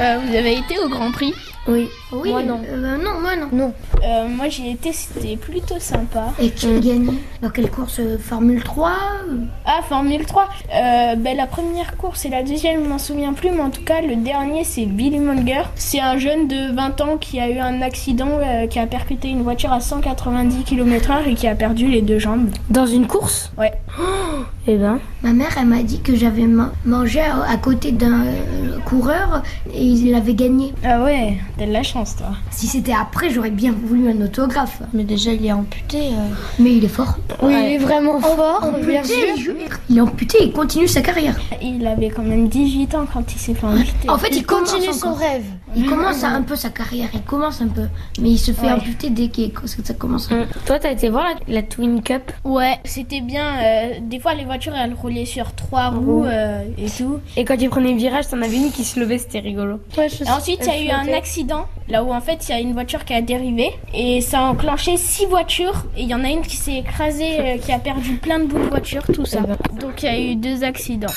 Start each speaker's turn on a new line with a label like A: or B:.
A: Euh, vous avez été au Grand Prix
B: Oui.
C: Oui.
B: Moi, non.
C: euh, bah, non, moi non.
B: Non.
A: Euh, Moi j'y étais, c'était plutôt sympa.
C: Et qui a gagné Dans quelle course euh, Formule 3 euh,
A: Ah, Formule 3 euh, ben, La première course et la deuxième, je m'en souviens plus, mais en tout cas, le dernier, c'est Billy Munger. C'est un jeune de 20 ans qui a eu un accident, euh, qui a percuté une voiture à 190 km/h et qui a perdu les deux jambes.
B: Dans une course
A: Ouais.
B: Eh ben.
C: Ma mère, elle m'a dit que j'avais ma- mangé à, à côté d'un euh, coureur et il avait gagné.
A: Ah ouais, t'as de la chance, toi.
C: Si c'était après, j'aurais bien voulu un autographe.
B: Mais déjà, il est amputé.
C: Mais il est fort.
B: Oui, il est vraiment fort, bien
C: Amputé, il joue- Il est amputé, il continue sa carrière.
A: Il avait quand même 18 ans quand il s'est fait amputer.
C: En fait, il,
B: continue
C: commence
B: son
C: encore.
B: rêve.
C: Il commence un peu sa carrière, il commence un peu, mais il se fait
A: Ouais.
C: amputer dès qu'il- que ça commence.
B: Mm. Toi, t'as été voir la, la Twin Cup
A: Ouais, c'était bien. euh, des fois, les voitures, elles roulaient sur trois roues euh, et tout.
B: et quand il prenait le virage, t'en avais une qui se levait, c'était rigolo.
A: Et ensuite, il
B: Euh,
A: y a eu un accident, là où en fait, il y a une voiture qui a dérivé. Et ça a enclenché six voitures. Et il y en a une qui s'est écrasée, euh, qui a perdu plein de bouts de voiture, tout ça. Donc, il y a eu deux accidents.